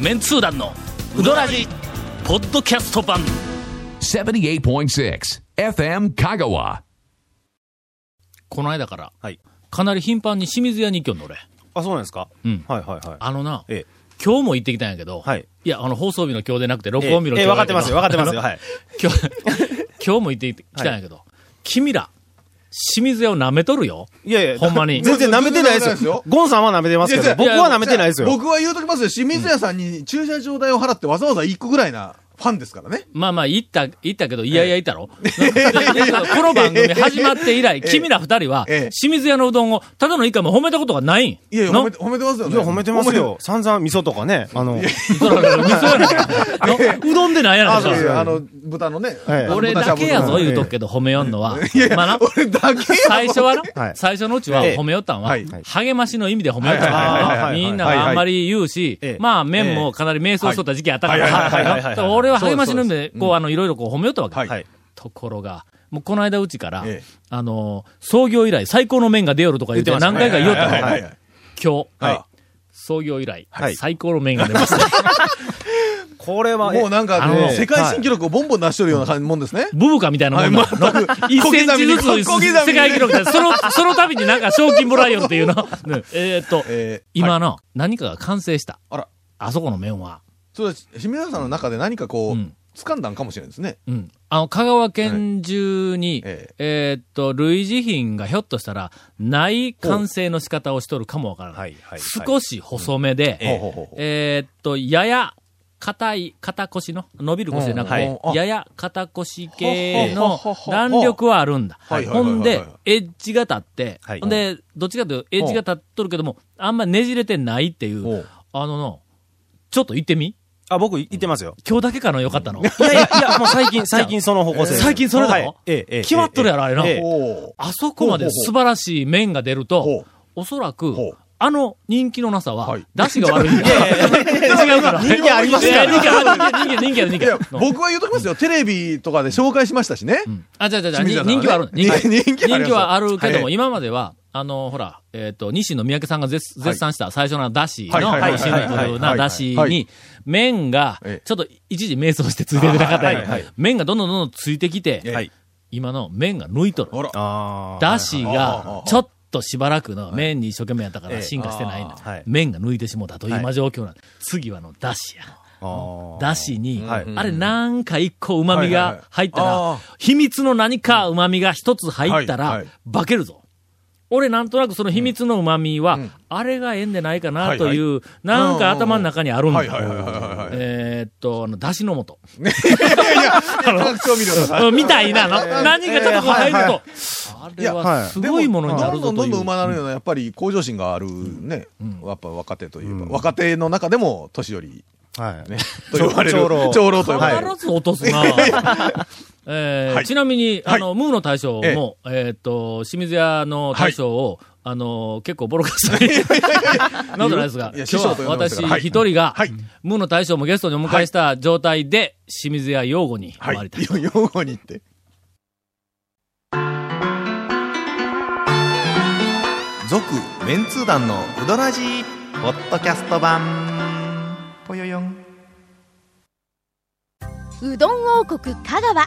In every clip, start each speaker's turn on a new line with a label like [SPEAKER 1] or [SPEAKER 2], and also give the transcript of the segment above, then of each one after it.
[SPEAKER 1] メンツー団のウドラジポッドキャスト版
[SPEAKER 2] 78.6 FM Kagawa.
[SPEAKER 1] この間から
[SPEAKER 3] はい。
[SPEAKER 1] かなり頻繁に清水屋に行きよんの俺
[SPEAKER 3] あ、そうなんですか
[SPEAKER 1] うん
[SPEAKER 3] はいはいはい。
[SPEAKER 1] あのな、
[SPEAKER 3] ええ
[SPEAKER 1] 今日も行ってきたんやけど、
[SPEAKER 3] はい
[SPEAKER 1] やあの放送日の今日でなくて録
[SPEAKER 3] ええ
[SPEAKER 1] 音日の今日
[SPEAKER 3] ええ分かってますよ、分かってます
[SPEAKER 1] よ
[SPEAKER 3] よ。はい。
[SPEAKER 1] 今日、今日 も行ってきたんやけど、君ら、清水屋を舐めとるよ。
[SPEAKER 3] いやいや、
[SPEAKER 1] ほんまに
[SPEAKER 3] 全然舐めてないで
[SPEAKER 4] 全然舐めてないですす
[SPEAKER 3] よ
[SPEAKER 4] よ。
[SPEAKER 3] ゴンさんは舐めてますけ
[SPEAKER 4] いや
[SPEAKER 3] ど、
[SPEAKER 4] い
[SPEAKER 3] 僕
[SPEAKER 1] や
[SPEAKER 3] は舐めてないですよ。
[SPEAKER 4] 僕は言うときますよ。清水屋さんに駐車場代を払ってわざわざ1個ぐらいなファンですからね。
[SPEAKER 1] まあまあ、行った、行ったけど、いやいや行ったろ。この番組始まって以来、君ら二人は、
[SPEAKER 4] ええ
[SPEAKER 1] 清水屋のうどんを、ただの一回も褒めたことがないん。
[SPEAKER 4] いやいや、
[SPEAKER 1] の
[SPEAKER 4] 褒めて褒めてますよ
[SPEAKER 3] い
[SPEAKER 4] ね。
[SPEAKER 3] や、褒めてますよ。散々味噌とかね。あの、
[SPEAKER 1] そらそら嘘やないのうどんでないやろ、
[SPEAKER 3] あ
[SPEAKER 1] そ
[SPEAKER 4] 褒め
[SPEAKER 1] ら
[SPEAKER 3] そう
[SPEAKER 4] てます
[SPEAKER 3] で
[SPEAKER 4] よ。あの、豚のね。
[SPEAKER 3] はい
[SPEAKER 4] あの
[SPEAKER 1] 俺
[SPEAKER 4] 豚しゃ
[SPEAKER 1] だ
[SPEAKER 4] ぶ
[SPEAKER 1] け
[SPEAKER 4] の
[SPEAKER 1] やぞ、
[SPEAKER 4] はい
[SPEAKER 1] 言うとくけど、褒めよんのは。
[SPEAKER 4] いやいや
[SPEAKER 1] まあな、
[SPEAKER 4] 俺だけやぞ
[SPEAKER 1] 最初はな、
[SPEAKER 3] はい
[SPEAKER 1] 最初のうちは
[SPEAKER 3] ええ
[SPEAKER 1] 褒めよったんは、
[SPEAKER 4] はい
[SPEAKER 1] 励ましの意味で褒めよったん
[SPEAKER 3] はいはいはい
[SPEAKER 1] は
[SPEAKER 3] はい
[SPEAKER 1] みんながあんまり言うし、
[SPEAKER 3] はいはいはい
[SPEAKER 1] まあ、面もかなり迷走しとった時期あったから、
[SPEAKER 3] はいはいはいはいはいは
[SPEAKER 1] だ
[SPEAKER 3] い
[SPEAKER 1] から俺は励ましの意味で、こう、あの、いろいろこう褒めよったわけ。
[SPEAKER 4] はい
[SPEAKER 3] はい。
[SPEAKER 1] ところが、もうこの間うちから、
[SPEAKER 4] ええ
[SPEAKER 1] あの、創業以来最高の面が出よるとか言って
[SPEAKER 3] 言ってま
[SPEAKER 1] 何
[SPEAKER 3] した
[SPEAKER 1] 回
[SPEAKER 3] ね
[SPEAKER 1] か言おうと
[SPEAKER 4] はいはい
[SPEAKER 1] 今
[SPEAKER 4] はい
[SPEAKER 1] 日、
[SPEAKER 4] は
[SPEAKER 1] 創業以来、
[SPEAKER 3] はい
[SPEAKER 1] 最高の面が出ました。
[SPEAKER 3] これは、
[SPEAKER 4] い。もうなんか
[SPEAKER 1] あの
[SPEAKER 4] ね、世界新記録をボンボン成しとるような感じもんですね。
[SPEAKER 1] ブブカみたいなもんだ。の1セ ンチずつ
[SPEAKER 4] 小刻みに小刻みに
[SPEAKER 1] 世界記録で、その、その度になんか賞金もらえよっていうの。ねえーっと、
[SPEAKER 4] えー
[SPEAKER 1] 今の何かが完成した。
[SPEAKER 4] あら。
[SPEAKER 1] あそこの面は。
[SPEAKER 4] そうです。清水屋さんの中で何かこう
[SPEAKER 1] うん、
[SPEAKER 4] 掴んだんかもしれないですね。
[SPEAKER 1] うん。あの、香川県中に、
[SPEAKER 4] え
[SPEAKER 1] え
[SPEAKER 4] え
[SPEAKER 1] ーっと、類似品がひょっとしたら、ない完成の仕方をしとるかもわからない。
[SPEAKER 3] はいはい。
[SPEAKER 1] 少し細めで、
[SPEAKER 4] ええほうほうほう
[SPEAKER 1] えーっと、やや硬い、肩腰の、伸びる腰じゃなくて
[SPEAKER 4] うんは、い
[SPEAKER 1] やや肩腰系
[SPEAKER 4] ほ
[SPEAKER 1] の
[SPEAKER 4] ほほほ
[SPEAKER 1] 弾力はあるんだ。
[SPEAKER 4] はい
[SPEAKER 1] ほん
[SPEAKER 4] はい
[SPEAKER 1] で
[SPEAKER 4] はいはいは、
[SPEAKER 1] エッジが立って
[SPEAKER 3] は、い
[SPEAKER 1] ほんで、どっちかというと、エッジが立っとるけども、あんまねじれてないってい
[SPEAKER 4] お
[SPEAKER 1] う
[SPEAKER 4] う、
[SPEAKER 1] あのの、ちょっと行ってみ
[SPEAKER 3] あ、僕、言ってますよ。
[SPEAKER 1] 今日だけかの良かったの。
[SPEAKER 3] いやいや、いや、もう最近、最近その方向性。
[SPEAKER 1] 最近それだろ
[SPEAKER 3] はいええええ
[SPEAKER 1] 決まっとるやろあれな
[SPEAKER 3] ええ
[SPEAKER 4] おー
[SPEAKER 1] あそこまで素晴らしい麺が出る
[SPEAKER 4] ほ
[SPEAKER 1] と
[SPEAKER 4] う、
[SPEAKER 1] おそら
[SPEAKER 4] ほ
[SPEAKER 1] く
[SPEAKER 4] う、
[SPEAKER 1] あの人気のなさ
[SPEAKER 4] は
[SPEAKER 1] は、
[SPEAKER 4] い
[SPEAKER 1] 出汁が悪いんだ。違うから。
[SPEAKER 3] 人気ありますから
[SPEAKER 1] いや人気ある人気、人気ある、人
[SPEAKER 4] い
[SPEAKER 1] 気あ
[SPEAKER 4] や
[SPEAKER 1] る、。
[SPEAKER 4] 僕は言うときますよ。テレビとかで紹介しましたしね。
[SPEAKER 1] あ、じゃじゃじゃ
[SPEAKER 4] 清水屋さんは
[SPEAKER 1] 人気
[SPEAKER 4] ね
[SPEAKER 1] はある。人
[SPEAKER 4] はい
[SPEAKER 1] 気
[SPEAKER 4] 人気はありますよ
[SPEAKER 1] 人気はあるけども、
[SPEAKER 4] は
[SPEAKER 1] 今までは、あの、ほら、えっと、西野三宅さんが絶
[SPEAKER 4] はい
[SPEAKER 1] 絶賛した最初のだしの、
[SPEAKER 4] はいはいはい
[SPEAKER 1] シンプルなだし
[SPEAKER 4] はいは
[SPEAKER 1] に
[SPEAKER 4] い、
[SPEAKER 1] 麺が
[SPEAKER 4] ええ、
[SPEAKER 1] ちょっと一時迷走してついてなかったん
[SPEAKER 3] はいはい
[SPEAKER 1] や
[SPEAKER 3] はい
[SPEAKER 1] 麺がどんどんどんどんついてき
[SPEAKER 4] え
[SPEAKER 1] て、
[SPEAKER 3] はい。
[SPEAKER 1] 今の麺が抜いとる。
[SPEAKER 4] あら。
[SPEAKER 3] あー
[SPEAKER 1] だし
[SPEAKER 4] あ
[SPEAKER 1] が
[SPEAKER 4] あ、
[SPEAKER 1] ちょっとしばらくの麺に一生懸命やったから
[SPEAKER 3] ええ
[SPEAKER 1] 進化してないんだ
[SPEAKER 3] ああはい。
[SPEAKER 1] 麺が抜いてしもうたという今状況なんで次はあの、だしや。
[SPEAKER 3] あー
[SPEAKER 1] だしに、
[SPEAKER 3] はい
[SPEAKER 1] あれなんか一個旨味が入ったら、
[SPEAKER 4] はいはいはいあ
[SPEAKER 1] 秘密の何か旨味が一つ入ったら、
[SPEAKER 4] はいはい
[SPEAKER 1] 化けるぞ。俺なんとなくその秘密の旨味は、
[SPEAKER 4] ん
[SPEAKER 1] あれが縁でないかな
[SPEAKER 4] はい
[SPEAKER 1] と
[SPEAKER 4] はい
[SPEAKER 1] いう、なんか頭の中にあるんだ。
[SPEAKER 4] はいはいはいは いはい。
[SPEAKER 1] えーっと、あの、だしの素。
[SPEAKER 4] 化 学調味料の
[SPEAKER 1] うんみたいなの。何かちょっとこう入ると、あれ
[SPEAKER 4] いや
[SPEAKER 1] は
[SPEAKER 3] はい
[SPEAKER 1] すごいものになるぞ
[SPEAKER 4] どん
[SPEAKER 1] と
[SPEAKER 4] ど
[SPEAKER 1] い
[SPEAKER 4] ん
[SPEAKER 1] う。
[SPEAKER 4] どんどん馬なるような、やっぱり向上心があるね、やっぱ若手というか、若手の中でも年寄り、
[SPEAKER 3] はい。
[SPEAKER 4] ね、と言われる。
[SPEAKER 3] 長老
[SPEAKER 4] 長老と呼ばれる。
[SPEAKER 1] 必ず落とすな。 えー
[SPEAKER 4] はい
[SPEAKER 1] ちなみに、
[SPEAKER 4] は
[SPEAKER 1] あ
[SPEAKER 4] い
[SPEAKER 1] の、ムーの大将も、えーっと、清水屋の大将を、あの、結構ボロカスに、 なんことないですが、
[SPEAKER 4] い
[SPEAKER 1] 今
[SPEAKER 4] や
[SPEAKER 1] 日
[SPEAKER 4] 師匠と
[SPEAKER 1] は
[SPEAKER 4] 呼んでます
[SPEAKER 1] 私
[SPEAKER 4] からはい
[SPEAKER 1] 一人が、
[SPEAKER 4] はい
[SPEAKER 1] ムーの大将もゲストにお迎えした状態で、清水屋擁護に
[SPEAKER 4] はい。
[SPEAKER 1] 回りたい。
[SPEAKER 4] 4号に行って。
[SPEAKER 5] 続メンツー団のウドラジーポッドキャスト版ぽよよん
[SPEAKER 6] うどん王国香川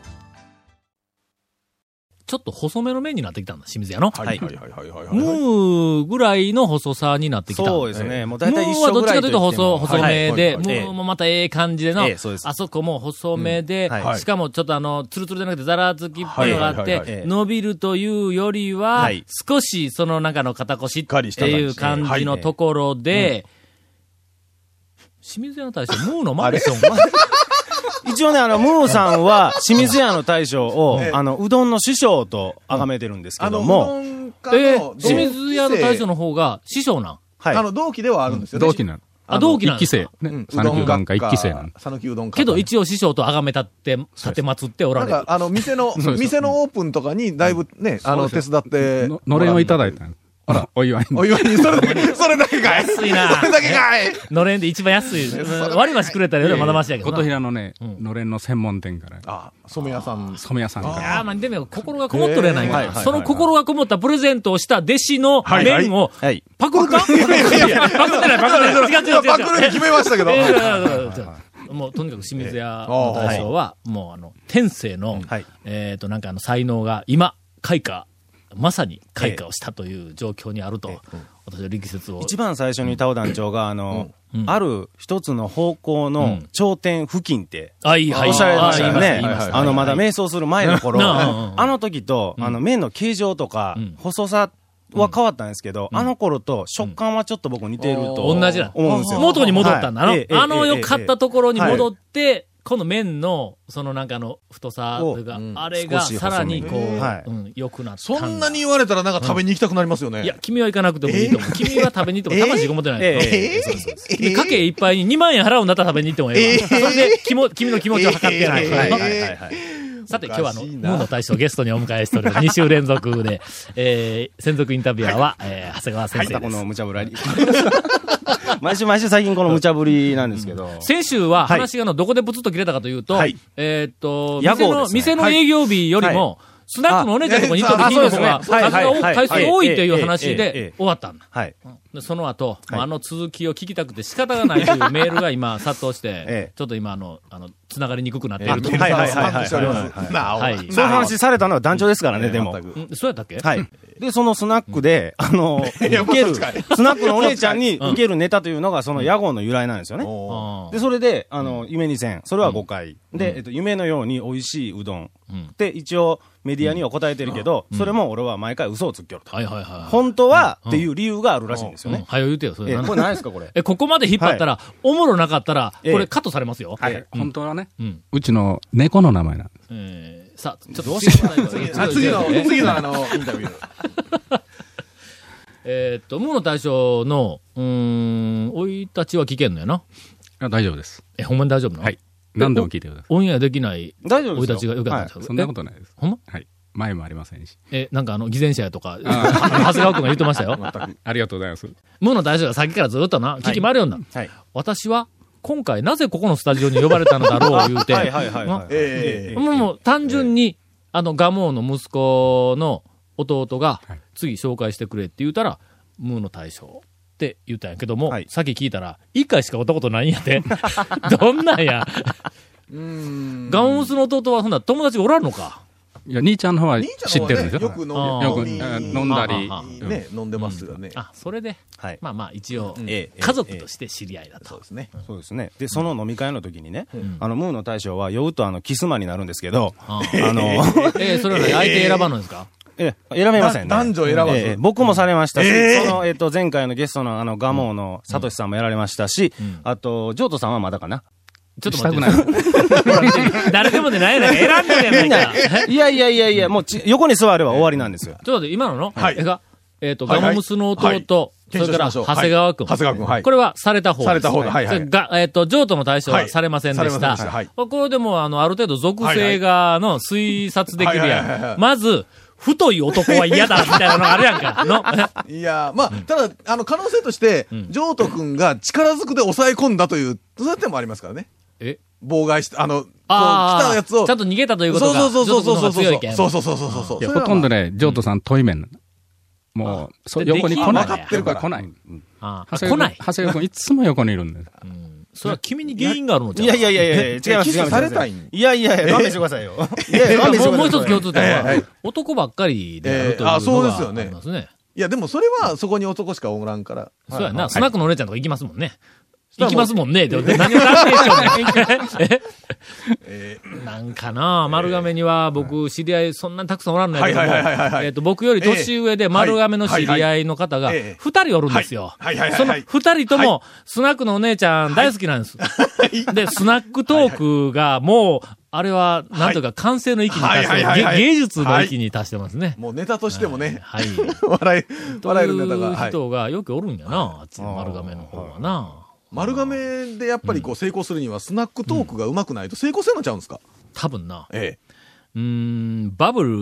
[SPEAKER 1] ちょっと細めの麺になってきたんだ、清水屋の。
[SPEAKER 4] はいはいはいはいはいはい。
[SPEAKER 1] ムーぐらいの細さになってきたんだ
[SPEAKER 3] そうですね。
[SPEAKER 1] ム
[SPEAKER 3] もう大体一
[SPEAKER 1] ーは
[SPEAKER 3] 緒
[SPEAKER 1] どっち
[SPEAKER 3] ぐらい
[SPEAKER 1] かというと細細め
[SPEAKER 4] はい
[SPEAKER 1] で、ム
[SPEAKER 4] はい
[SPEAKER 3] はい
[SPEAKER 1] ーもまたええ感じでの、
[SPEAKER 3] ええそうです
[SPEAKER 1] あそこも細めで
[SPEAKER 3] うんは、い
[SPEAKER 1] しかもちょっとあの、ツルツルじゃなくてザラつきっぽいのがあっ
[SPEAKER 4] はいはいはい
[SPEAKER 3] は
[SPEAKER 1] て、
[SPEAKER 3] い
[SPEAKER 1] 伸びるというよりは
[SPEAKER 3] はい、
[SPEAKER 1] 少しその中の肩腰っ
[SPEAKER 4] かりした
[SPEAKER 1] て
[SPEAKER 4] 感じ
[SPEAKER 1] いう感じのところで、清水屋の大将、ムーのマネション
[SPEAKER 3] 一応ね、あの、ムーさんは、清水屋の大将を
[SPEAKER 4] ええ、
[SPEAKER 3] あの、うどんの師匠と崇めてるんですけ
[SPEAKER 4] あの、
[SPEAKER 3] ど
[SPEAKER 4] う
[SPEAKER 3] も、
[SPEAKER 4] どん家
[SPEAKER 1] えー
[SPEAKER 4] の同期生
[SPEAKER 1] 清水屋の大将の方が師匠なん。
[SPEAKER 3] はい
[SPEAKER 4] あ。の、同期ではあるんですよね。
[SPEAKER 7] 同期なの。
[SPEAKER 1] あ、同期なん
[SPEAKER 7] 一期
[SPEAKER 1] ですか
[SPEAKER 7] 生。
[SPEAKER 4] う
[SPEAKER 7] ね
[SPEAKER 4] ん。
[SPEAKER 7] 讃岐うどんか一期生なの。
[SPEAKER 4] さぬきうどん家
[SPEAKER 1] けど一応師匠と崇めたって、立てまつっておら
[SPEAKER 4] なん
[SPEAKER 1] れる
[SPEAKER 4] か、。あの、店の、
[SPEAKER 7] そうそう
[SPEAKER 4] 店のオープンとかに、だいぶね、あの、手伝って
[SPEAKER 7] の。のれんをいただいたの。 お祝いに。
[SPEAKER 4] お祝いに、それ、それだけかい
[SPEAKER 1] 安いな
[SPEAKER 4] それだけかい
[SPEAKER 1] のれんで一番安い。うん割り箸くれたらよりはまだましやけどな。
[SPEAKER 7] 琴平のね、のれんの専門店から、
[SPEAKER 4] あ、染谷さん。
[SPEAKER 7] 染屋さんか
[SPEAKER 1] い
[SPEAKER 7] ら。
[SPEAKER 1] やーまあでも心がこもっとるやない
[SPEAKER 4] はいはい
[SPEAKER 1] か。
[SPEAKER 4] はい
[SPEAKER 1] その心がこもったプレゼントをした弟子の面を
[SPEAKER 3] はい。
[SPEAKER 1] パクるかパクってない、パクってない。違う違う 違う違う。
[SPEAKER 4] パクるに決めましたけど。
[SPEAKER 1] えーそうそうそうもうとにかく清水屋の大将は、もうあの、天性の、
[SPEAKER 3] はい
[SPEAKER 1] えっ、と、なんかあの、才能が今、開花、まさに開花をしたという状況にあると、私は力説を。
[SPEAKER 3] 一番最初にタオ団長が、あの、
[SPEAKER 1] うん
[SPEAKER 3] ある一つの方向の頂点付近って、
[SPEAKER 1] あ、いい、はい、
[SPEAKER 3] おっしゃられてましたよ
[SPEAKER 1] あ
[SPEAKER 3] ね
[SPEAKER 1] 言いました。
[SPEAKER 3] あの、まだ瞑想する前の頃、
[SPEAKER 1] うんうんうん
[SPEAKER 3] あの時と、あの、麺の形状とか
[SPEAKER 1] うん、
[SPEAKER 3] 細さは変わったんですけど、あの頃と食感はちょっと僕似てると。
[SPEAKER 1] 同じだ。
[SPEAKER 3] 思うんですよ
[SPEAKER 1] 元に戻ったんだな。
[SPEAKER 3] はいええええ
[SPEAKER 1] あの良かったところに戻
[SPEAKER 3] は
[SPEAKER 1] って、この麺の、そのなんかあの、太さというか、あれが
[SPEAKER 3] 少し細めに
[SPEAKER 1] さらにこう、
[SPEAKER 3] はい
[SPEAKER 1] うん、良くなっただ
[SPEAKER 4] そんなに言われたらなんか食べに行きたくなりますよね。
[SPEAKER 1] いや、君は行かなくてもいいと思う。君は食べに行っても魂こもってないと思う。
[SPEAKER 3] えええ
[SPEAKER 1] そうそうそう君家計いっぱいに2万円払うんだったら食べに行ってもええわ。それで気も、君の気持ちを測ってない。
[SPEAKER 4] ええ
[SPEAKER 1] はい
[SPEAKER 3] はいはいはい。
[SPEAKER 1] さて、今日はあの、
[SPEAKER 4] おかしい
[SPEAKER 1] ム
[SPEAKER 4] な
[SPEAKER 1] ーの大将をゲストにお迎えしております。2週連続で、えー、専属インタビュアーは、えー長谷川先生
[SPEAKER 3] こ
[SPEAKER 1] です
[SPEAKER 3] の。無茶ぶり。毎週毎週最近この無茶ぶりなんですけど。
[SPEAKER 1] 先週は
[SPEAKER 3] はい
[SPEAKER 1] 話があのどこでブツッと切れたかというと、
[SPEAKER 3] はい
[SPEAKER 1] えーっと、
[SPEAKER 3] 屋
[SPEAKER 1] 店
[SPEAKER 3] 号
[SPEAKER 1] の、
[SPEAKER 3] ですね
[SPEAKER 1] 店の営業日よりも、スナックのお姉ちゃんのとこに行った
[SPEAKER 3] あ
[SPEAKER 1] 時に
[SPEAKER 3] そう
[SPEAKER 1] は、
[SPEAKER 3] ですねはい
[SPEAKER 1] 数が多い
[SPEAKER 3] はい
[SPEAKER 1] 回数が多いという
[SPEAKER 3] え
[SPEAKER 1] 話
[SPEAKER 3] ええええ
[SPEAKER 1] で
[SPEAKER 3] え
[SPEAKER 1] 終わったんだ。
[SPEAKER 3] はい。
[SPEAKER 1] でその後、あの続きを聞きたくて仕方がないというメールが今殺到して、
[SPEAKER 3] ええ
[SPEAKER 1] ちょっと今あの、あの、つながりにくくなってい
[SPEAKER 4] メー
[SPEAKER 1] ると
[SPEAKER 4] ルと
[SPEAKER 1] いう
[SPEAKER 4] か
[SPEAKER 3] はいはいはいはい
[SPEAKER 4] スパンとしておりますなあ、
[SPEAKER 1] はい
[SPEAKER 4] おい
[SPEAKER 3] そういう話されたのは団長ですからね、でも。
[SPEAKER 4] 全
[SPEAKER 1] んそうやったっけ
[SPEAKER 3] はい。で、そのスナックで、あ の、受ける、スナックのお姉ちゃんに受けるネタというのが、その屋号の由来なんですよ
[SPEAKER 4] く
[SPEAKER 3] ね。
[SPEAKER 4] お
[SPEAKER 1] うん
[SPEAKER 3] で、それで、あの、夢にせん。それは5回。で、えっと、夢のように美味しいうどん。って一応メディアには答えてるけど、それも俺は毎回嘘をつっきょると。
[SPEAKER 1] はいはいはい。
[SPEAKER 3] 本当はっていう理由があるらしいんです
[SPEAKER 1] う
[SPEAKER 3] よ
[SPEAKER 1] ん
[SPEAKER 3] ね。
[SPEAKER 1] はよ言うてよ、それ
[SPEAKER 3] え、
[SPEAKER 1] なん
[SPEAKER 3] こ
[SPEAKER 1] だ
[SPEAKER 3] れ何ですか、これ。
[SPEAKER 1] え、ここまで引っ張ったら、おもろなかったら、こ
[SPEAKER 3] ええ
[SPEAKER 1] れカットされますよ。
[SPEAKER 7] はい本当はね
[SPEAKER 1] うん、
[SPEAKER 7] うちの猫の名前なんです。
[SPEAKER 1] えーさあ、ちょっとどうしようもない
[SPEAKER 4] ーあ
[SPEAKER 1] わ
[SPEAKER 4] 次の、次のあの、インタビュー。
[SPEAKER 1] えーっと、ムーの大将の、うーん、生い立ちは聞けんのやな。
[SPEAKER 7] あ大丈夫です。
[SPEAKER 1] え、ほんまに大丈夫なの
[SPEAKER 7] はい。。何でも聞いてくださ
[SPEAKER 1] オンエアできない
[SPEAKER 3] 大丈
[SPEAKER 1] 生
[SPEAKER 3] 夫
[SPEAKER 1] い
[SPEAKER 3] で
[SPEAKER 1] 立
[SPEAKER 3] すよ。
[SPEAKER 1] ちがよかったんちゃう
[SPEAKER 7] い。そんなことないです。
[SPEAKER 1] ほんま
[SPEAKER 7] はい。前もありませんし。
[SPEAKER 1] え、なんかあの、偽善者やとか、 長谷川君が言ってま したよ。
[SPEAKER 7] ありがとうございます。
[SPEAKER 1] ムーの大将がさっきからずっとな、聞き回るようにな。
[SPEAKER 3] はい
[SPEAKER 1] 私は、今回なぜここのスタジオに呼ばれたのだろう、言うて。
[SPEAKER 3] はいはいはいはい
[SPEAKER 1] な
[SPEAKER 4] ええ
[SPEAKER 1] もうもう単純に、あの、ガモーの息子の弟が、
[SPEAKER 7] はい
[SPEAKER 1] 次紹介してくれって言ったら、ムーの大将って言ったんやけども、
[SPEAKER 3] はい
[SPEAKER 1] さっき聞いたら、一回しか会ったことないんやて。どんなんや。ガモースの弟は、ほんなら友達がおらんのか。
[SPEAKER 7] いや、兄ちゃんの方は
[SPEAKER 4] 兄ち
[SPEAKER 7] 知
[SPEAKER 4] ゃん
[SPEAKER 7] っ
[SPEAKER 4] は
[SPEAKER 7] て
[SPEAKER 4] ね
[SPEAKER 7] るんですよ。
[SPEAKER 4] よく飲んで
[SPEAKER 1] あー
[SPEAKER 7] よく
[SPEAKER 4] に
[SPEAKER 7] あ飲んだり
[SPEAKER 1] あああ
[SPEAKER 7] うん
[SPEAKER 4] ね、飲んでますよね。
[SPEAKER 1] あ、それで、
[SPEAKER 3] はい
[SPEAKER 1] まあまあ一応、
[SPEAKER 3] ええ
[SPEAKER 1] 家族として知り合いだ
[SPEAKER 4] そう
[SPEAKER 1] と
[SPEAKER 4] で。すね。
[SPEAKER 3] そうですね。で、その飲み会の時にね、あの、ムーの大将は酔うとあの、キスマンになるんですけど、
[SPEAKER 1] あ
[SPEAKER 3] あ
[SPEAKER 1] あ
[SPEAKER 3] の、
[SPEAKER 1] ええそれは何相手選ばんのですか、
[SPEAKER 3] え、選べませんね。
[SPEAKER 4] だ男女選ばず
[SPEAKER 3] ええ僕もされましたし、
[SPEAKER 4] ええ
[SPEAKER 3] その、えっ、と、前回のゲストのあの、ガモーのサトシさんもやられましたし、あと、ジョートさんはまだかな。
[SPEAKER 1] ちょっと待って。 誰でもでないやないか。選んでるや
[SPEAKER 3] みん
[SPEAKER 1] ない
[SPEAKER 3] な
[SPEAKER 1] か。、
[SPEAKER 3] いやいやいやいや、もうち、横に座れば終わりなんですよ。
[SPEAKER 1] ちょっと待って、今のの、
[SPEAKER 4] はい
[SPEAKER 1] えが、えっ、と、
[SPEAKER 4] はいはい
[SPEAKER 1] ガモムスの弟、
[SPEAKER 4] はい
[SPEAKER 1] それから、
[SPEAKER 4] 検証しましょ
[SPEAKER 1] 長
[SPEAKER 4] うはい
[SPEAKER 1] 谷川君、
[SPEAKER 4] 長谷川君はい
[SPEAKER 1] これはされた方です。
[SPEAKER 4] された方だはいはい
[SPEAKER 1] それが、えっ、と、譲渡の対象
[SPEAKER 4] は
[SPEAKER 1] はいされませんでし
[SPEAKER 4] され
[SPEAKER 1] た。
[SPEAKER 4] ませんでしたはい
[SPEAKER 1] これでも、あの、ある程度属性が、の、推察できる
[SPEAKER 4] はい
[SPEAKER 1] や
[SPEAKER 4] はいはいは
[SPEAKER 1] ん。
[SPEAKER 4] い
[SPEAKER 1] まず、太い男は嫌だ、みたいなのがあるやんか。の、
[SPEAKER 4] いやーまあ、ただ、あの、可能性として、ジョート君が力ずくで抑え込んだという、そういう手もありますからね。
[SPEAKER 1] え
[SPEAKER 4] 妨害して、あの、こう、来
[SPEAKER 1] あー
[SPEAKER 4] たやつを。
[SPEAKER 1] ちゃんと逃げたということが、
[SPEAKER 4] そうそうそ
[SPEAKER 1] 譲
[SPEAKER 4] うそう
[SPEAKER 1] 渡
[SPEAKER 4] そう。
[SPEAKER 1] の方が強いけん。
[SPEAKER 4] そうそうそうそうそう。
[SPEAKER 7] いや
[SPEAKER 4] それ
[SPEAKER 7] ほ
[SPEAKER 4] は
[SPEAKER 7] とんどね、ジョートさん、遠い面なの。もう、そ横に来ない。
[SPEAKER 1] できんわかって
[SPEAKER 4] るから
[SPEAKER 7] 横に来ない。
[SPEAKER 1] ああ
[SPEAKER 7] 長
[SPEAKER 1] 来
[SPEAKER 7] 谷川
[SPEAKER 1] ない
[SPEAKER 7] 君。長谷川君、いつも横にいるんです。
[SPEAKER 1] それは君に原因があるのじゃ
[SPEAKER 3] いうやいやいやいや、違います、
[SPEAKER 4] キ
[SPEAKER 3] 違い
[SPEAKER 4] ス
[SPEAKER 3] ます。
[SPEAKER 4] されたいん
[SPEAKER 3] いやいやいや、勘弁してくださいよ。いやいや、勘弁して
[SPEAKER 1] もう
[SPEAKER 3] ください
[SPEAKER 1] もう一つ共通点は、
[SPEAKER 4] ええはい
[SPEAKER 1] 男ばっかりであるというの
[SPEAKER 4] ええ
[SPEAKER 1] があ
[SPEAKER 4] あ
[SPEAKER 1] り
[SPEAKER 4] そうですよね
[SPEAKER 1] ますね。
[SPEAKER 4] いや、でもそれは、そこに男しかおらんから。
[SPEAKER 1] そうやな、スナックのお姉ちゃんとか行きますもんね。行きますもんね。で何を断定 しようねえ。なんかな丸亀には僕、知り合いそんなにたくさんおらんのやけども
[SPEAKER 4] はいはいはいはいはい
[SPEAKER 1] えっと、僕より年上で丸亀の知り合いの方が、
[SPEAKER 4] はいはいはいええ
[SPEAKER 1] 二人おるんですよ。
[SPEAKER 4] はいはいはい
[SPEAKER 1] その
[SPEAKER 4] はい
[SPEAKER 1] 二人とも、スナックのお姉ちゃん大好きなんです。で、スナックトークがもう、あれは、なんというか、完成の域に達して
[SPEAKER 4] はいはいはいは
[SPEAKER 1] る、
[SPEAKER 4] い
[SPEAKER 1] げ芸術の域に達してますね。
[SPEAKER 4] もうネタとしてもね、
[SPEAKER 1] はい。
[SPEAKER 4] 笑い、笑えるネタ
[SPEAKER 1] と
[SPEAKER 4] が。
[SPEAKER 1] いう
[SPEAKER 4] はい
[SPEAKER 1] 人がよくおるんやな、あっちの丸亀の方はな。
[SPEAKER 4] 丸亀でやっぱりこう成功するには、スナックトークがうまくないと成功せんのちゃうんですか
[SPEAKER 1] 多分な、
[SPEAKER 4] え
[SPEAKER 1] うーん、バブル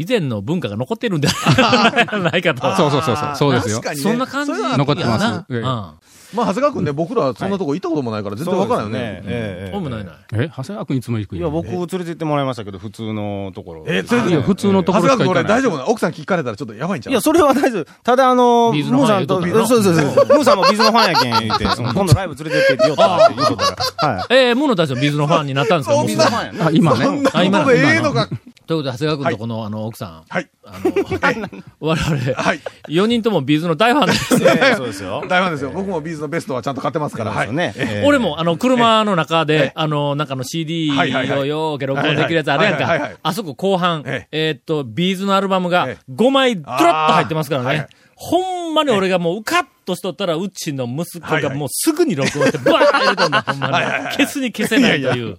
[SPEAKER 1] 以前の文化が残ってるんじゃ ないかと。
[SPEAKER 7] そうそうそうそうそうですよ
[SPEAKER 4] 確かにね
[SPEAKER 1] そんな感じ
[SPEAKER 4] それは
[SPEAKER 7] 残ってます
[SPEAKER 1] やな
[SPEAKER 7] ええ
[SPEAKER 1] うん
[SPEAKER 4] まあ、長谷川君ね、僕らそんなとこ行ったこともないから、絶対わからんよね。
[SPEAKER 3] ええええ
[SPEAKER 1] 俺もないない。
[SPEAKER 7] え、長谷川君いつも行く
[SPEAKER 3] いや、
[SPEAKER 7] よ。
[SPEAKER 3] 僕連れて行ってもらいましたけど、普通のところ。
[SPEAKER 4] え連れて
[SPEAKER 7] いや普通のとこ
[SPEAKER 4] 長谷川
[SPEAKER 7] ろしか
[SPEAKER 4] 君、
[SPEAKER 7] 行か
[SPEAKER 4] 俺
[SPEAKER 7] ない
[SPEAKER 4] 大丈。夫なの奥さん聞かれたらちょっとやばいんちゃう
[SPEAKER 3] いや、それは大丈夫。ただ、あの、
[SPEAKER 1] ビーズの
[SPEAKER 3] ムー
[SPEAKER 1] ファ
[SPEAKER 3] さ
[SPEAKER 1] ンや
[SPEAKER 3] ん
[SPEAKER 1] 言うと
[SPEAKER 3] と、
[SPEAKER 1] ったや
[SPEAKER 3] そう
[SPEAKER 1] ろ
[SPEAKER 3] そうそう。ムーさんもビーズのファンやけん言うて、その今度ライブ連れてって言おうたって言うとったから。はい。
[SPEAKER 1] ええ、ムーの大将、ビーズのファンになったんですか、
[SPEAKER 4] そん
[SPEAKER 1] 僕
[SPEAKER 4] な
[SPEAKER 1] は
[SPEAKER 3] ァンや
[SPEAKER 7] あ、今
[SPEAKER 4] そん
[SPEAKER 7] ね。
[SPEAKER 4] な
[SPEAKER 1] あ今
[SPEAKER 4] こと
[SPEAKER 1] の
[SPEAKER 4] でええのか。
[SPEAKER 1] ということで、長谷川君とこの、あの、奥さん。
[SPEAKER 4] はい。
[SPEAKER 1] あの、我 々、
[SPEAKER 4] はい。
[SPEAKER 1] 4人ともビーズの大ファンです。
[SPEAKER 3] な。ええそうですよ。
[SPEAKER 4] 大ファンですよ。僕もビーズのベストはちゃんと買ってますから。はい。
[SPEAKER 3] ね。ええ
[SPEAKER 1] 俺。も、あの、車の中で、あの、なんかの CD
[SPEAKER 4] はいはいは
[SPEAKER 1] を
[SPEAKER 4] い
[SPEAKER 1] よーけ録音できるやつあるやん
[SPEAKER 4] はいはいはいはいは
[SPEAKER 1] か
[SPEAKER 4] いはい。
[SPEAKER 1] あそこ後半、
[SPEAKER 4] え
[SPEAKER 1] えーっと、ビーズのアルバムが
[SPEAKER 4] え
[SPEAKER 1] 5枚ドロッと入ってますか
[SPEAKER 4] あー
[SPEAKER 1] ら
[SPEAKER 4] はいは
[SPEAKER 1] ね
[SPEAKER 4] い。
[SPEAKER 1] ほんまに俺がもううかっとしとったら、うちの息子
[SPEAKER 4] はい
[SPEAKER 1] が
[SPEAKER 4] はい
[SPEAKER 1] もうすぐに録音し て、バーッと入れたんだ、ほんまに。消すに消せないという。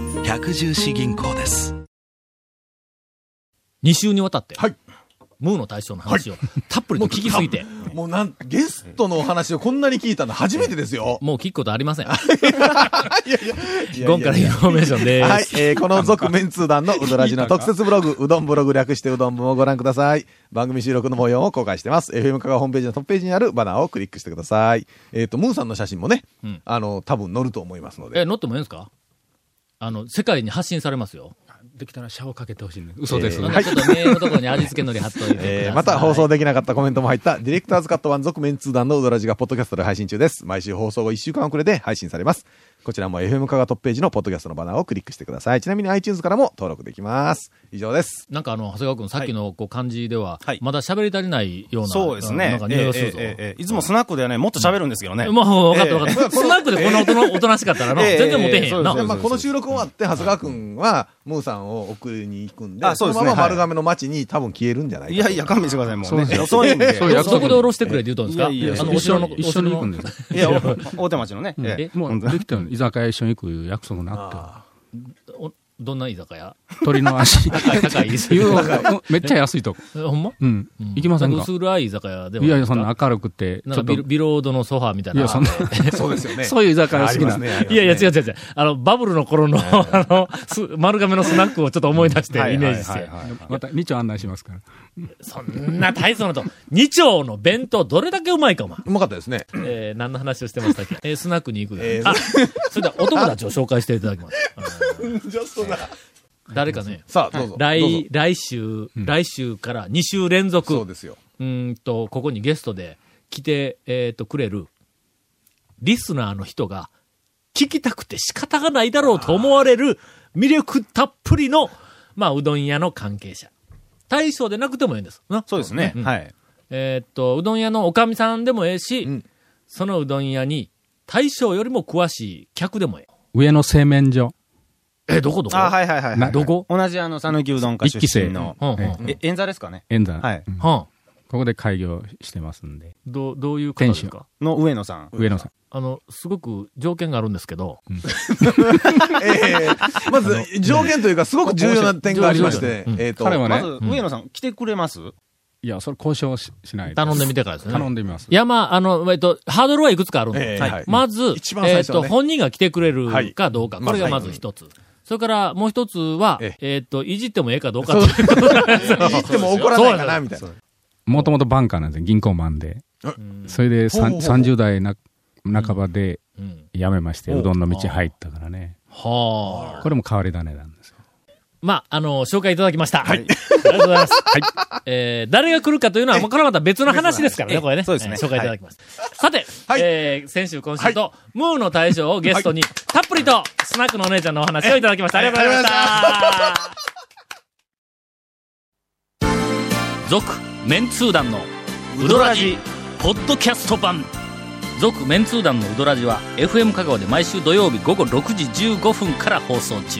[SPEAKER 8] 百十四銀行です
[SPEAKER 1] 2週にわたって、
[SPEAKER 4] はい
[SPEAKER 1] ムーの大将の話をたっぷりと聞きすぎて、
[SPEAKER 4] もうなん、ゲストのお話をこんなに聞いたの初めてです よ。
[SPEAKER 1] もう聞くことありません。
[SPEAKER 4] いやいや
[SPEAKER 1] ゴンからインフォメーションで
[SPEAKER 4] はい
[SPEAKER 1] す。、
[SPEAKER 4] えーこの続メンツー団のうどらじの特設ブログ、うどんブログ略してうどん部をご覧ください。番組収録の模様を公開してます。FM 香川ホームページのトップページにあるバナーをクリックしてください。えっ、と、ムーさんの写真もね、
[SPEAKER 1] うん
[SPEAKER 4] あの、多分載ると思いますの
[SPEAKER 1] え、
[SPEAKER 4] で。
[SPEAKER 1] 乗ってもいいんですかあの、世界に発信されますよ。
[SPEAKER 7] できたらシャワーかけてほしいね。嘘です。
[SPEAKER 1] ちょっとメールのところに味付けのり貼っといてください。
[SPEAKER 4] えーまた放送できなかったコメントも入った、ディレクターズカット版続メンツー団のうどらじがポッドキャストで配信中です。毎週放送後1週間遅れで配信されます。こちらも FM 香川トップページのポッドキャストのバナーをクリックしてください。ちなみに iTunes からも登録できます。以上です。
[SPEAKER 1] なんかあの、長谷川君、さっきのこう感じでは、
[SPEAKER 3] はい
[SPEAKER 1] まだ喋り足りないような、
[SPEAKER 3] そうですね。
[SPEAKER 1] なんか匂いがするぞ。
[SPEAKER 3] ええええええいつもスナックではね、もっと喋るんですけどね。
[SPEAKER 1] もう、分かった分かった。スナックでこんな大人おとなしかったらな、
[SPEAKER 3] ええ
[SPEAKER 1] 全然モテへんやんな
[SPEAKER 3] そうで
[SPEAKER 4] で、
[SPEAKER 3] す
[SPEAKER 4] まあ、この収録終わって、長谷川くんは、ムーさんを送りに行くんで、
[SPEAKER 3] あそ
[SPEAKER 4] そ
[SPEAKER 3] う
[SPEAKER 4] の
[SPEAKER 3] ですね
[SPEAKER 4] まま
[SPEAKER 3] はい
[SPEAKER 4] 丸亀の街に多分消えるんじゃないか
[SPEAKER 3] いやいや、勘弁してください、もうね。
[SPEAKER 7] そう
[SPEAKER 3] 遅いんで。
[SPEAKER 7] そういう約
[SPEAKER 1] そこ
[SPEAKER 7] 束
[SPEAKER 1] で下ろしてくれって言うとんですか
[SPEAKER 3] いやいやいや
[SPEAKER 1] あの、お
[SPEAKER 7] 一
[SPEAKER 1] 城
[SPEAKER 7] 緒
[SPEAKER 1] の
[SPEAKER 7] に、、一緒に行くんです。
[SPEAKER 3] いや、お大手町のね。え
[SPEAKER 1] え
[SPEAKER 3] え
[SPEAKER 7] もうできたの居酒屋一緒に行く約束なっ
[SPEAKER 1] おどんな居酒屋
[SPEAKER 7] て。鳥の足。
[SPEAKER 1] 高い居酒
[SPEAKER 7] 言
[SPEAKER 1] 屋
[SPEAKER 7] ううんめっちゃ安いとこ。
[SPEAKER 1] えほんま
[SPEAKER 7] うん。行きませんか
[SPEAKER 1] 薄暗い居酒屋ではい
[SPEAKER 7] やい
[SPEAKER 1] なで
[SPEAKER 7] や、
[SPEAKER 1] すか
[SPEAKER 7] そんな明るくて、
[SPEAKER 1] な
[SPEAKER 7] ちょ
[SPEAKER 1] ん
[SPEAKER 7] っ
[SPEAKER 1] かビ、
[SPEAKER 7] と
[SPEAKER 1] ロビロードのソファーみたいな。
[SPEAKER 7] いやそんな
[SPEAKER 4] そうですよね。
[SPEAKER 7] そういう居酒屋好き
[SPEAKER 4] あ
[SPEAKER 7] な
[SPEAKER 4] り。ますね
[SPEAKER 1] いやいや、違う違う違う。あの、バブルの頃の、 あの、す丸亀のスナックをちょっと思い出して、イメージし
[SPEAKER 3] はい
[SPEAKER 1] て
[SPEAKER 3] は。いはいはい
[SPEAKER 7] また、二丁案内しますから。
[SPEAKER 1] そんな大層なと、二丁の弁当どれだけうまいか、お前。
[SPEAKER 4] うまかったですね。
[SPEAKER 1] えー、何の話をしてましたっけえー、スナックに行く
[SPEAKER 4] え
[SPEAKER 1] で。
[SPEAKER 4] ー
[SPEAKER 1] あ、それでは男たちを紹介していただきます。あの
[SPEAKER 4] ジャストだ。
[SPEAKER 1] 誰かね、
[SPEAKER 4] さあ、どうぞ。どうぞ
[SPEAKER 1] 来、来週、来週から2週連続、
[SPEAKER 4] そう
[SPEAKER 1] う
[SPEAKER 4] ですよ。
[SPEAKER 1] ーんと、ここにゲストで来て、えっと、くれる、リスナーの人が、聞きたくて仕方がないだろうと思われる魅力たっぷりの、まあ、うどん屋の関係者。大将でなくてもいいんです。な
[SPEAKER 3] そうですね。
[SPEAKER 1] うん
[SPEAKER 3] はい。
[SPEAKER 1] えーっと、うどん屋のおかみさんでもええし、
[SPEAKER 4] ん
[SPEAKER 1] そのうどん屋に、大将よりも詳しい客でもえ
[SPEAKER 7] 上の製麺所。
[SPEAKER 1] え。え、どこどこ
[SPEAKER 3] あ、はいはいはいは。
[SPEAKER 7] ない
[SPEAKER 1] どこ
[SPEAKER 3] 同じあの、讃岐うどん会
[SPEAKER 7] 一期
[SPEAKER 3] 出
[SPEAKER 7] 生
[SPEAKER 3] 身の。
[SPEAKER 1] うんうん
[SPEAKER 7] え
[SPEAKER 3] え、演座ですかね。
[SPEAKER 7] 円山。
[SPEAKER 3] はい
[SPEAKER 7] うん
[SPEAKER 1] はん。
[SPEAKER 7] ここで開業してますんで。
[SPEAKER 1] どう、どういう方です
[SPEAKER 7] 店
[SPEAKER 1] か
[SPEAKER 3] の上野さん。
[SPEAKER 7] 上野さん。
[SPEAKER 1] あの、すごく条件があるんですけど、
[SPEAKER 4] えーまず、条件というか、すごく重要な点がありまして
[SPEAKER 1] うん、
[SPEAKER 4] えっと、
[SPEAKER 7] 彼は
[SPEAKER 3] ま
[SPEAKER 7] ね
[SPEAKER 3] ず、、上野さん、来てくれます
[SPEAKER 7] いや、それ交渉ししない。
[SPEAKER 1] 頼んでみてからですね。
[SPEAKER 7] 頼んでみます。
[SPEAKER 1] いや、まあ、あの、えっと、ハードルはいくつかあるんで、
[SPEAKER 4] ええはい
[SPEAKER 1] まず、
[SPEAKER 4] 一番最
[SPEAKER 1] えっ
[SPEAKER 4] 初はね
[SPEAKER 1] と、本人が来てくれるかどうか、
[SPEAKER 4] はい
[SPEAKER 1] これがまず一つ。それから、もう一つは、
[SPEAKER 4] え
[SPEAKER 1] えっと、いじってもええかどうか
[SPEAKER 4] そう
[SPEAKER 1] ということなんですよ
[SPEAKER 4] いじっても怒らないかな、みたいな。
[SPEAKER 7] もともとバンカーなんですよ。銀行マンで
[SPEAKER 4] え。
[SPEAKER 7] それでさん
[SPEAKER 4] ほうほうほう
[SPEAKER 7] 30代な半ばで
[SPEAKER 1] うん
[SPEAKER 7] 辞めまして、うどんの道入ったからね。
[SPEAKER 1] はあ。
[SPEAKER 7] これも変わり種なんですよ。
[SPEAKER 1] まあ、あの、紹介いただきました。はい。ありがとうございます。はい。えー、誰が来るかというのは、もうこれはまた別の話ですからね、これね。
[SPEAKER 3] そうですね
[SPEAKER 1] えー紹介いただきます。さて、
[SPEAKER 4] はい
[SPEAKER 1] えー、先週今週と、ムーの大将をゲストに、たっぷりと、スナックのお姉ちゃんのお話をいただきました。ありがとうございました。続、メンツー団の、ウドラジ、ポッドキャスト版。続メンツー団のウドラジは FM 香川で毎週土曜日午後6時15分から放送中